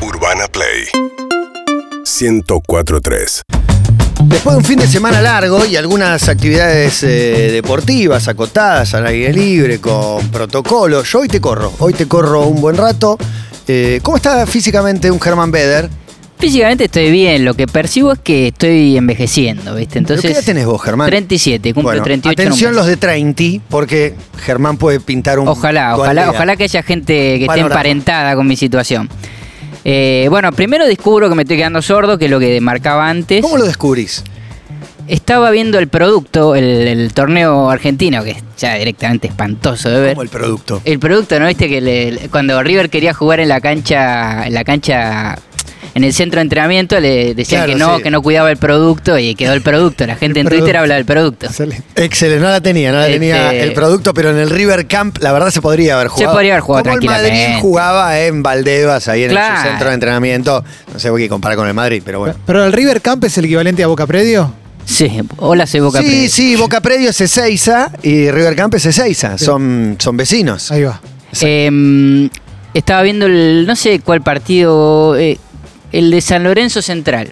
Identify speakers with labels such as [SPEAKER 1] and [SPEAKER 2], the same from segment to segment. [SPEAKER 1] Urbana Play 1043.
[SPEAKER 2] Después de un fin de semana largo y algunas actividades eh, deportivas acotadas al aire libre con protocolo, yo hoy te corro, hoy te corro un buen rato. Eh, ¿Cómo está físicamente un Germán Beder?
[SPEAKER 3] Físicamente estoy bien, lo que percibo es que estoy envejeciendo, ¿viste?
[SPEAKER 2] ¿Pero
[SPEAKER 3] Entonces.
[SPEAKER 2] ¿Qué edad tenés vos, Germán?
[SPEAKER 3] 37, cumplo
[SPEAKER 2] Bueno,
[SPEAKER 3] 38. en un
[SPEAKER 2] Atención
[SPEAKER 3] mes.
[SPEAKER 2] los de 30, porque Germán puede pintar un.
[SPEAKER 3] Ojalá,
[SPEAKER 2] cual
[SPEAKER 3] ojalá,
[SPEAKER 2] día.
[SPEAKER 3] ojalá que haya gente que esté
[SPEAKER 2] Panorama.
[SPEAKER 3] emparentada con mi situación. Eh, bueno, primero descubro que me estoy quedando sordo, que es lo que marcaba antes.
[SPEAKER 2] ¿Cómo lo descubrís?
[SPEAKER 3] Estaba viendo el producto, el, el torneo argentino, que es ya directamente espantoso de ver.
[SPEAKER 2] ¿Cómo el producto?
[SPEAKER 3] El producto, ¿no viste que le- le- cuando River quería jugar en la cancha, en la cancha, en el centro de entrenamiento, le decían
[SPEAKER 2] Claro,
[SPEAKER 3] que no,
[SPEAKER 2] sí.
[SPEAKER 3] que no cuidaba el producto y quedó el producto. La gente en Twitter
[SPEAKER 4] producto.
[SPEAKER 3] habla del producto.
[SPEAKER 4] Excelente.
[SPEAKER 2] Excelente, no la tenía, no la
[SPEAKER 3] Este-
[SPEAKER 2] tenía el producto, pero en el River Camp la verdad se podría haber jugado.
[SPEAKER 3] podría haber jugado
[SPEAKER 2] Como el
[SPEAKER 3] tranquilamente.
[SPEAKER 2] Madrid jugaba en Valdebas, ahí en el
[SPEAKER 3] Claro.
[SPEAKER 2] su centro de entrenamiento. No sé por qué comparar con el Madrid, pero bueno.
[SPEAKER 4] Pero el River Camp es el equivalente a Boca Predio.
[SPEAKER 3] Sí, hola, soy Boca
[SPEAKER 2] sí,
[SPEAKER 3] Predio.
[SPEAKER 2] sí, Boca Predio es Ezeiza y River Camp es Ezeiza, son, son vecinos.
[SPEAKER 4] Ahí va.
[SPEAKER 3] Em, estaba viendo el, no sé cuál partido, eh, el de San Lorenzo Central.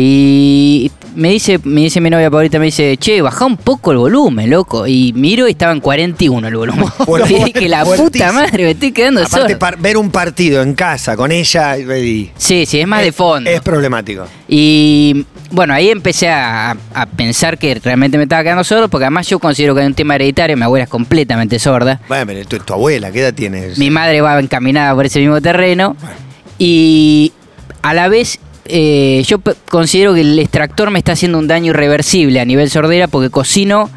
[SPEAKER 3] Y me dice, me dice mi novia Paulita, me dice, che, baja un poco el volumen, loco. Y miro y estaba en 41 el volumen.
[SPEAKER 2] Bueno,
[SPEAKER 3] y dije, la puta
[SPEAKER 2] fuertísimo.
[SPEAKER 3] madre, me estoy quedando
[SPEAKER 2] Aparte,
[SPEAKER 3] solo.
[SPEAKER 2] par- ver un partido en casa con ella y-
[SPEAKER 3] Sí, sí, es más de
[SPEAKER 2] es-
[SPEAKER 3] fondo.
[SPEAKER 2] Eh, es problemático.
[SPEAKER 3] Y bueno, ahí empecé a, a pensar que realmente me estaba quedando sordo, porque además yo considero que hay un tema hereditario, mi abuela es completamente sorda.
[SPEAKER 2] Bueno, pero tu, tu abuela, ¿qué edad tienes?
[SPEAKER 3] Mi madre va encaminada por ese mismo terreno. Y a la vez, eh, yo pe- considero que el extractor me está haciendo un daño irreversible a nivel sordera porque cocino.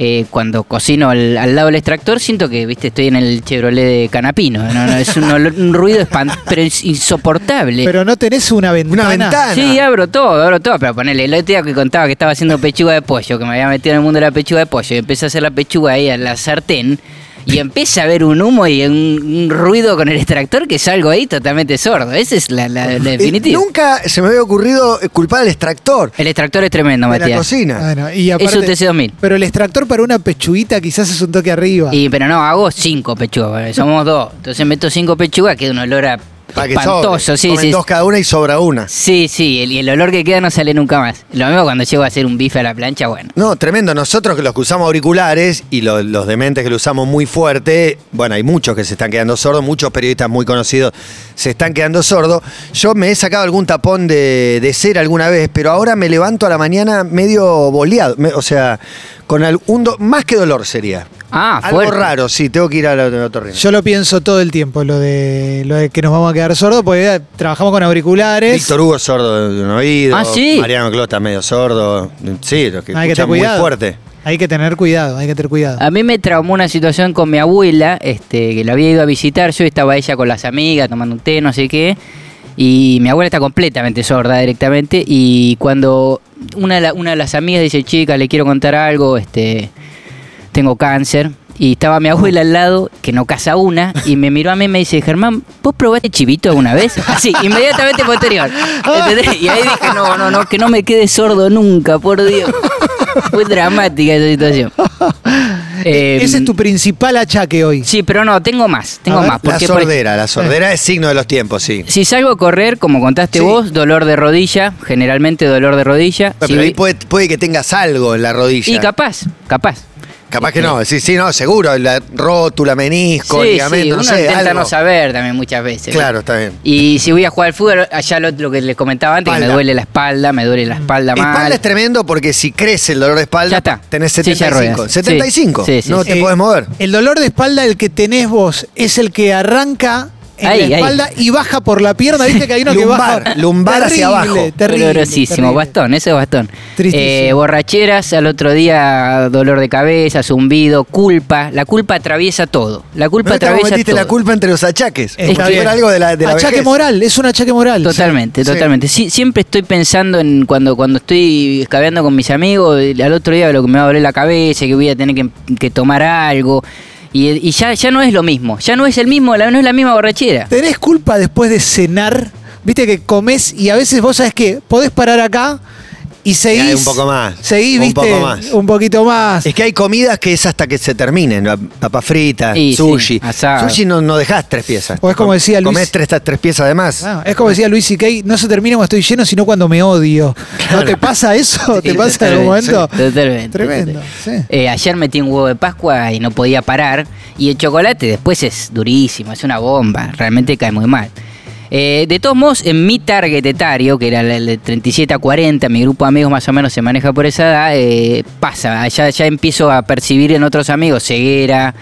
[SPEAKER 3] eh, cuando cocino al, al lado del extractor siento que viste estoy en el Chevrolet de Canapino no, no, es un, olor- un ruido espan- pero es insoportable
[SPEAKER 4] Pero no tenés una ventana.
[SPEAKER 2] Una ventana.
[SPEAKER 3] Sí, abro todo, abro todo, pero ponele, el otro día que contaba que estaba haciendo pechuga de pollo, que me había metido en el mundo de la pechuga de pollo, y empecé a hacer la pechuga ahí a la sartén, y empecé a ver un humo y un, un ruido con el extractor que salgo ahí totalmente sordo. Esa es la, la, la
[SPEAKER 2] Eh,
[SPEAKER 3] definitiva.
[SPEAKER 2] Nunca se me había ocurrido eh, culpar al extractor
[SPEAKER 3] El extractor es tremendo,
[SPEAKER 2] de la
[SPEAKER 3] Matías.
[SPEAKER 2] cocina.
[SPEAKER 4] Bueno, Ah, y aparte-
[SPEAKER 3] Es un TC2000.
[SPEAKER 4] Pero el extractor para una pechuguita quizás es un toque arriba.
[SPEAKER 3] Y, pero no, hago cinco pechugas, porque somos dos. Entonces meto cinco pechugas, queda un olor a
[SPEAKER 2] Para que
[SPEAKER 3] espantoso.
[SPEAKER 2] sobre.
[SPEAKER 3] Sí,
[SPEAKER 2] Comen
[SPEAKER 3] sí,
[SPEAKER 2] dos cada una y sobra una.
[SPEAKER 3] sí, sí, el- y el olor que queda no sale nunca más. Lo mismo cuando llego a hacer un bife a la plancha, bueno.
[SPEAKER 2] No, tremendo. Nosotros que los que usamos auriculares y lo- los dementes que lo usamos muy fuerte, bueno, hay muchos que se están quedando sordos, muchos periodistas muy conocidos se están quedando sordos. Yo me he sacado algún tapón de, de cera alguna vez, pero ahora me levanto a la mañana medio boleado, me- o sea, con al- un do- más que dolor sería.
[SPEAKER 3] Ah,
[SPEAKER 2] Algo
[SPEAKER 3] fuerte.
[SPEAKER 2] raro, sí, tengo que ir al otorrino.
[SPEAKER 4] Yo lo pienso todo el tiempo, lo de, lo de que nos vamos a quedar sordos, porque eh, trabajamos con auriculares.
[SPEAKER 2] Víctor Hugo es sordo de un oído,
[SPEAKER 3] Ah, sí.
[SPEAKER 2] Mariano Clota medio sordo, sí, los que
[SPEAKER 4] hay que tener
[SPEAKER 2] escuchan muy
[SPEAKER 4] cuidado.
[SPEAKER 2] fuerte.
[SPEAKER 4] Hay que tener cuidado, hay que tener cuidado.
[SPEAKER 3] A mí me traumó una situación con mi abuela, este, que la había ido a visitar yo y estaba ella con las amigas tomando un té, no sé qué. Y mi abuela está completamente sorda directamente. Y cuando una de, la- una de las amigas dice, chica, le quiero contar algo, este, tengo cáncer. Y estaba mi abuela al lado, que no casa una, y me miró a mí y me dice, Germán, ¿vos probaste chivito alguna vez? Así, inmediatamente posterior. ¿entendés? Y ahí dije, no, no, no, que no me quede sordo nunca, por Dios. Fue dramática esa situación.
[SPEAKER 2] E-,
[SPEAKER 3] Eh,
[SPEAKER 4] Ese es tu principal achaque hoy.
[SPEAKER 3] Sí, pero no, tengo más, tengo
[SPEAKER 4] A ver,
[SPEAKER 3] más.
[SPEAKER 2] La
[SPEAKER 3] Porque por-
[SPEAKER 2] sordera, la sordera es signo de los tiempos, sí.
[SPEAKER 3] si salgo a correr, como contaste
[SPEAKER 2] Sí.
[SPEAKER 3] vos, dolor de rodilla, generalmente dolor de rodilla.
[SPEAKER 2] Bueno,
[SPEAKER 3] Si
[SPEAKER 2] pero
[SPEAKER 3] vi-
[SPEAKER 2] ahí puede, puede que tengas algo en la rodilla.
[SPEAKER 3] y capaz, capaz.
[SPEAKER 2] Capaz que no, sí, sí, no, seguro. La rótula, menisco,
[SPEAKER 3] sí,
[SPEAKER 2] ligamento,
[SPEAKER 3] sí,
[SPEAKER 2] no
[SPEAKER 3] uno
[SPEAKER 2] sé.
[SPEAKER 3] intenta
[SPEAKER 2] algo.
[SPEAKER 3] no saber también muchas veces. ¿no?
[SPEAKER 2] Claro, está bien.
[SPEAKER 3] Y si voy a jugar al fútbol, allá lo, lo que les comentaba antes, que
[SPEAKER 2] Espalda. Mm.
[SPEAKER 3] me duele la espalda, me duele la espalda mal.
[SPEAKER 2] Espalda es tremendo porque si crece el dolor de espalda,
[SPEAKER 3] Ya está.
[SPEAKER 2] tenés
[SPEAKER 3] Sí, ya
[SPEAKER 2] 75.
[SPEAKER 3] ruedas.
[SPEAKER 2] 75.
[SPEAKER 3] Sí, sí, sí,
[SPEAKER 2] no
[SPEAKER 3] sí.
[SPEAKER 2] te podés mover.
[SPEAKER 4] El dolor de espalda, el que tenés vos, es el que arranca en
[SPEAKER 3] Ahí,
[SPEAKER 4] la
[SPEAKER 3] ahí.
[SPEAKER 4] espalda y baja por la pierna. Viste que hay uno
[SPEAKER 2] Lumbar,
[SPEAKER 4] que baja.
[SPEAKER 2] lumbar hacia
[SPEAKER 4] Terrible,
[SPEAKER 2] abajo.
[SPEAKER 4] Terrible.
[SPEAKER 3] Dolorosísimo,
[SPEAKER 4] terrible.
[SPEAKER 3] bastón, eso es bastón.
[SPEAKER 4] Tristísimo.
[SPEAKER 3] Eh, borracheras, al otro día dolor de cabeza, zumbido, culpa. La culpa atraviesa todo. La culpa
[SPEAKER 2] Mirá cómo
[SPEAKER 3] atraviesa
[SPEAKER 2] metiste
[SPEAKER 3] todo.
[SPEAKER 2] la culpa entre los achaques.
[SPEAKER 4] Está
[SPEAKER 2] Como si
[SPEAKER 4] bien.
[SPEAKER 2] fuera algo de la, de la
[SPEAKER 4] achaque
[SPEAKER 2] vejez.
[SPEAKER 4] moral, es un achaque moral.
[SPEAKER 3] Totalmente,
[SPEAKER 2] sí.
[SPEAKER 3] totalmente. Sí, siempre estoy pensando en cuando, cuando estoy escabeando con mis amigos, el- al otro día lo que me va a doler la cabeza, que voy a tener que, que tomar algo. Y, y ya, ya no es lo mismo, ya no es el mismo, la- no es la misma borrachera.
[SPEAKER 4] ¿Tenés culpa después de cenar? Viste que comes y a veces vos sabés que podés parar acá Y seguís.
[SPEAKER 2] un poco más,
[SPEAKER 4] Seguís,
[SPEAKER 2] un
[SPEAKER 4] viste.
[SPEAKER 2] poco más.
[SPEAKER 4] Un poquito más.
[SPEAKER 2] Es que hay comidas que es hasta que se terminen. la Papa frita,
[SPEAKER 3] Y sí,
[SPEAKER 2] sushi.
[SPEAKER 3] asado.
[SPEAKER 2] sushi no, no dejás tres piezas.
[SPEAKER 4] O es como decía Luis-
[SPEAKER 2] Comés tres, tres piezas de más.
[SPEAKER 4] Ah, es como decía Luis y no se termina cuando estoy lleno, sino cuando me odio. ¿No te pasa eso? ¿Te
[SPEAKER 3] Sí,
[SPEAKER 4] pasa en algún
[SPEAKER 3] totalmente,
[SPEAKER 4] momento?
[SPEAKER 3] sí, totalmente,
[SPEAKER 4] Tremendo,
[SPEAKER 3] totalmente.
[SPEAKER 4] sí.
[SPEAKER 3] Eh, ayer metí un huevo de Pascua y no podía parar. Y el chocolate después es durísimo, es una bomba. Realmente cae muy mal. Eh, de todos modos, en mi target etario, que era el de 37 a 40, mi grupo de amigos más o menos se maneja por esa edad, eh, pasa. Ya, ya empiezo a percibir en otros amigos ceguera,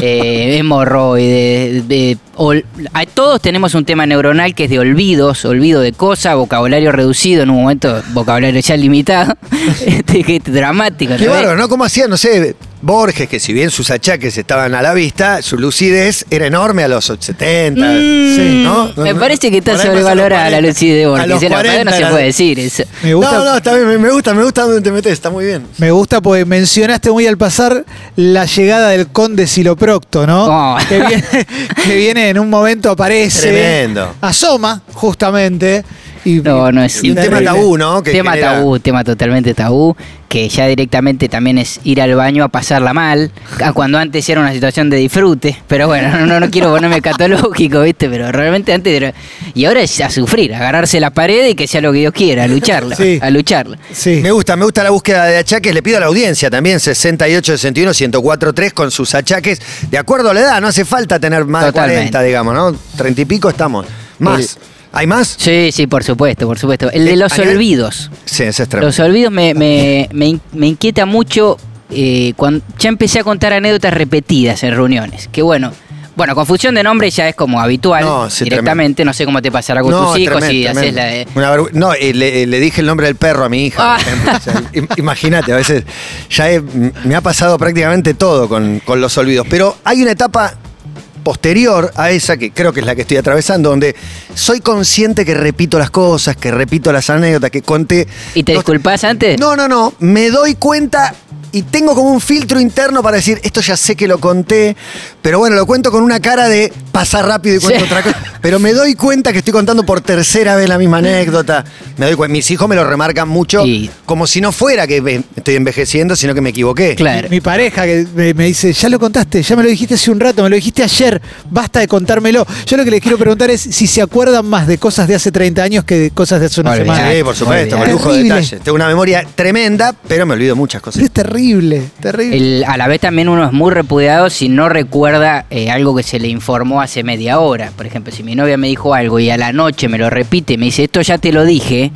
[SPEAKER 3] eh, hemorroides. de- ol- a- todos tenemos un tema neuronal que es de olvidos, olvido de cosas, vocabulario reducido, en un momento vocabulario ya limitado. este, que es dramático.
[SPEAKER 2] Qué
[SPEAKER 3] ¿no ves?
[SPEAKER 2] bárbaro, ¿no? ¿Cómo hacía, no sé, Borges, que si bien sus achaques estaban a la vista, su lucidez era enorme a los 70,
[SPEAKER 3] Mm,
[SPEAKER 2] sí, ¿no?
[SPEAKER 3] Me
[SPEAKER 2] No,
[SPEAKER 3] parece que está
[SPEAKER 2] por ahí pasó a los
[SPEAKER 3] sobrevalorada
[SPEAKER 2] 40.
[SPEAKER 3] la lucidez de Borges. ¿eh?
[SPEAKER 2] A los
[SPEAKER 3] la verdad
[SPEAKER 2] 40
[SPEAKER 3] no se
[SPEAKER 2] era-
[SPEAKER 3] puede decir eso.
[SPEAKER 4] Me gusta,
[SPEAKER 2] No, no, está bien, me- me gusta, me gusta donde te metes, está muy bien.
[SPEAKER 4] Me gusta porque mencionaste muy al pasar la llegada del conde Siloprocto, ¿no?
[SPEAKER 3] Oh.
[SPEAKER 4] Que, viene, que viene en un momento, aparece.
[SPEAKER 2] Tremendo.
[SPEAKER 4] Asoma, justamente. Y,
[SPEAKER 3] No, no es-
[SPEAKER 2] Y un tema
[SPEAKER 4] terrible.
[SPEAKER 2] tabú, ¿no? Que
[SPEAKER 3] tema
[SPEAKER 2] genera-
[SPEAKER 3] tabú, tema totalmente tabú, que ya directamente también es ir al baño a pasarla mal, a cuando antes era una situación de disfrute, pero bueno, no, no, no quiero ponerme catológico, ¿viste? Pero realmente antes era... Y ahora es a sufrir, a agarrarse la pared y que sea lo que Dios quiera, a lucharla,
[SPEAKER 4] Sí.
[SPEAKER 3] a lucharla.
[SPEAKER 4] Sí.
[SPEAKER 2] Me gusta, me gusta la búsqueda de achaques. Le pido a la audiencia también, 68, 61, 104, 3, con sus achaques. De acuerdo a la edad, no hace falta tener más
[SPEAKER 3] Totalmente.
[SPEAKER 2] de 40, digamos, ¿no? 30 y pico estamos. Más.
[SPEAKER 3] El-
[SPEAKER 2] ¿Hay más?
[SPEAKER 3] Sí, sí, por supuesto, por supuesto. El de
[SPEAKER 2] Eh,
[SPEAKER 3] los
[SPEAKER 2] a nivel-
[SPEAKER 3] olvidos.
[SPEAKER 2] Sí, ese es tremendo.
[SPEAKER 3] Los olvidos me, me- me in- me inquieta mucho. cuando, ya empecé a contar anécdotas repetidas en reuniones. Que bueno, bueno, confusión de nombre ya es como habitual
[SPEAKER 2] No, sí,
[SPEAKER 3] directamente. No sé cómo te pasará con tus hijos
[SPEAKER 2] tremendo,
[SPEAKER 3] si haces
[SPEAKER 2] tremendo.
[SPEAKER 3] la de.
[SPEAKER 2] Una vergü- no, eh, le, eh, le dije el nombre del perro a mi hija.
[SPEAKER 3] Ah.
[SPEAKER 2] por ejemplo. O sea, im- Imagínate, a veces ya he- m- me ha pasado prácticamente todo con, con los olvidos. Pero hay una etapa posterior a esa, que creo que es la que estoy atravesando, donde soy consciente que repito las cosas, que repito las anécdotas, que conté.
[SPEAKER 3] ¿Y te
[SPEAKER 2] dos-
[SPEAKER 3] disculpás antes?
[SPEAKER 2] No, no, no. Me doy cuenta y tengo como un filtro interno para decir, esto ya sé que lo conté, pero bueno, lo cuento con una cara de pasar rápido y cuento
[SPEAKER 3] Sí.
[SPEAKER 2] otra cosa. Pero me doy cuenta que estoy contando por tercera vez la misma anécdota. Me doy cuenta. Mis hijos me lo remarcan mucho,
[SPEAKER 3] Y-
[SPEAKER 2] como si no fuera que ve- estoy envejeciendo, sino que me equivoqué.
[SPEAKER 3] Claro.
[SPEAKER 4] Mi pareja que me, me dice, ya lo contaste, ya me lo dijiste hace un rato, me lo dijiste ayer, basta de contármelo. Yo lo que les quiero preguntar es si se acuerdan más de cosas de hace 30 años que de cosas de hace una
[SPEAKER 3] Olvidate.
[SPEAKER 4] semana.
[SPEAKER 2] Sí, por supuesto, con lujo de
[SPEAKER 4] Terrible.
[SPEAKER 2] detalle. Tengo una memoria tremenda, pero me olvido muchas
[SPEAKER 4] Pero
[SPEAKER 2] cosas.
[SPEAKER 4] es terrible, terrible.
[SPEAKER 3] El- a la vez también uno es muy repudiado si no recuerda eh, algo que se le informó hace media hora. Por ejemplo, si mi novia me dijo algo y a la noche me lo repite y me dice, esto ya te lo dije,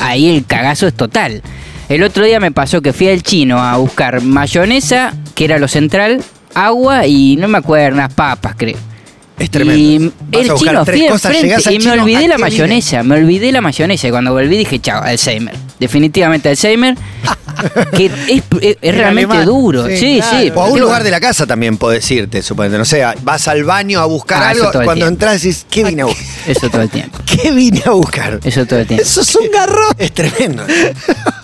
[SPEAKER 3] ahí el cagazo es total. El otro día me pasó que fui al chino a buscar mayonesa, que era lo central, agua y no me acuerdo, unas papas creo.
[SPEAKER 2] Es tremendo.
[SPEAKER 3] Y
[SPEAKER 2] Vas a
[SPEAKER 3] el
[SPEAKER 2] buscar
[SPEAKER 3] chino,
[SPEAKER 2] tres
[SPEAKER 3] fui al
[SPEAKER 2] cosas,
[SPEAKER 3] frente
[SPEAKER 2] llegás al
[SPEAKER 3] y me
[SPEAKER 2] chino, ¿a
[SPEAKER 3] olvidé la
[SPEAKER 2] qué vine?
[SPEAKER 3] mayonesa, me olvidé la mayonesa. Y cuando volví dije, chao, Alzheimer. Definitivamente Alzheimer, que es, es- es
[SPEAKER 4] El
[SPEAKER 3] realmente
[SPEAKER 4] alemán.
[SPEAKER 3] duro.
[SPEAKER 4] Sí,
[SPEAKER 3] Sí, sí.
[SPEAKER 4] claro.
[SPEAKER 2] O a un
[SPEAKER 3] Digo,
[SPEAKER 2] lugar de la casa también podés irte, suponete. No sé, vas al baño a buscar
[SPEAKER 3] Ah, eso
[SPEAKER 2] algo.
[SPEAKER 3] todo el
[SPEAKER 2] Cuando
[SPEAKER 3] tiempo.
[SPEAKER 2] entras decís, ¿qué vine a buscar?
[SPEAKER 3] Eso todo el tiempo.
[SPEAKER 2] ¿Qué vine a buscar?
[SPEAKER 3] Eso todo el tiempo.
[SPEAKER 4] Eso es un garrón.
[SPEAKER 2] Es tremendo.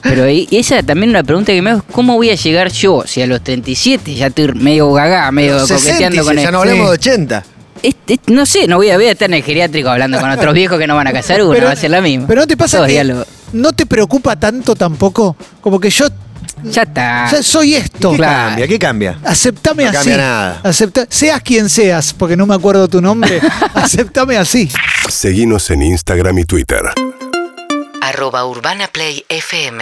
[SPEAKER 3] Pero y- esa también una pregunta que me hago es cómo voy a llegar yo si a los 37 ya estoy medio gagá, medio
[SPEAKER 2] 60
[SPEAKER 3] coqueteando
[SPEAKER 2] dice,
[SPEAKER 3] con
[SPEAKER 2] ya
[SPEAKER 3] el-
[SPEAKER 2] no hablamos
[SPEAKER 4] sí.
[SPEAKER 2] de 80.
[SPEAKER 3] Este- este- no sé, no voy a, voy a estar en el geriátrico hablando con otros viejos que no van a casar uno, va a ser la misma.
[SPEAKER 4] Pero no te pasa
[SPEAKER 3] Todos
[SPEAKER 4] que
[SPEAKER 3] diálogos.
[SPEAKER 4] no te preocupa tanto tampoco, como que yo
[SPEAKER 3] Ya está.
[SPEAKER 4] ya soy esto.
[SPEAKER 2] ¿Qué
[SPEAKER 3] Claro.
[SPEAKER 2] cambia? ¿Qué cambia?
[SPEAKER 4] Aceptame
[SPEAKER 2] No
[SPEAKER 4] así.
[SPEAKER 2] cambia nada.
[SPEAKER 4] Acepta- seas quien seas, porque no me acuerdo tu nombre. aceptame así.
[SPEAKER 1] Seguinos en Instagram y Twitter.
[SPEAKER 5] arroba urbanaplayfm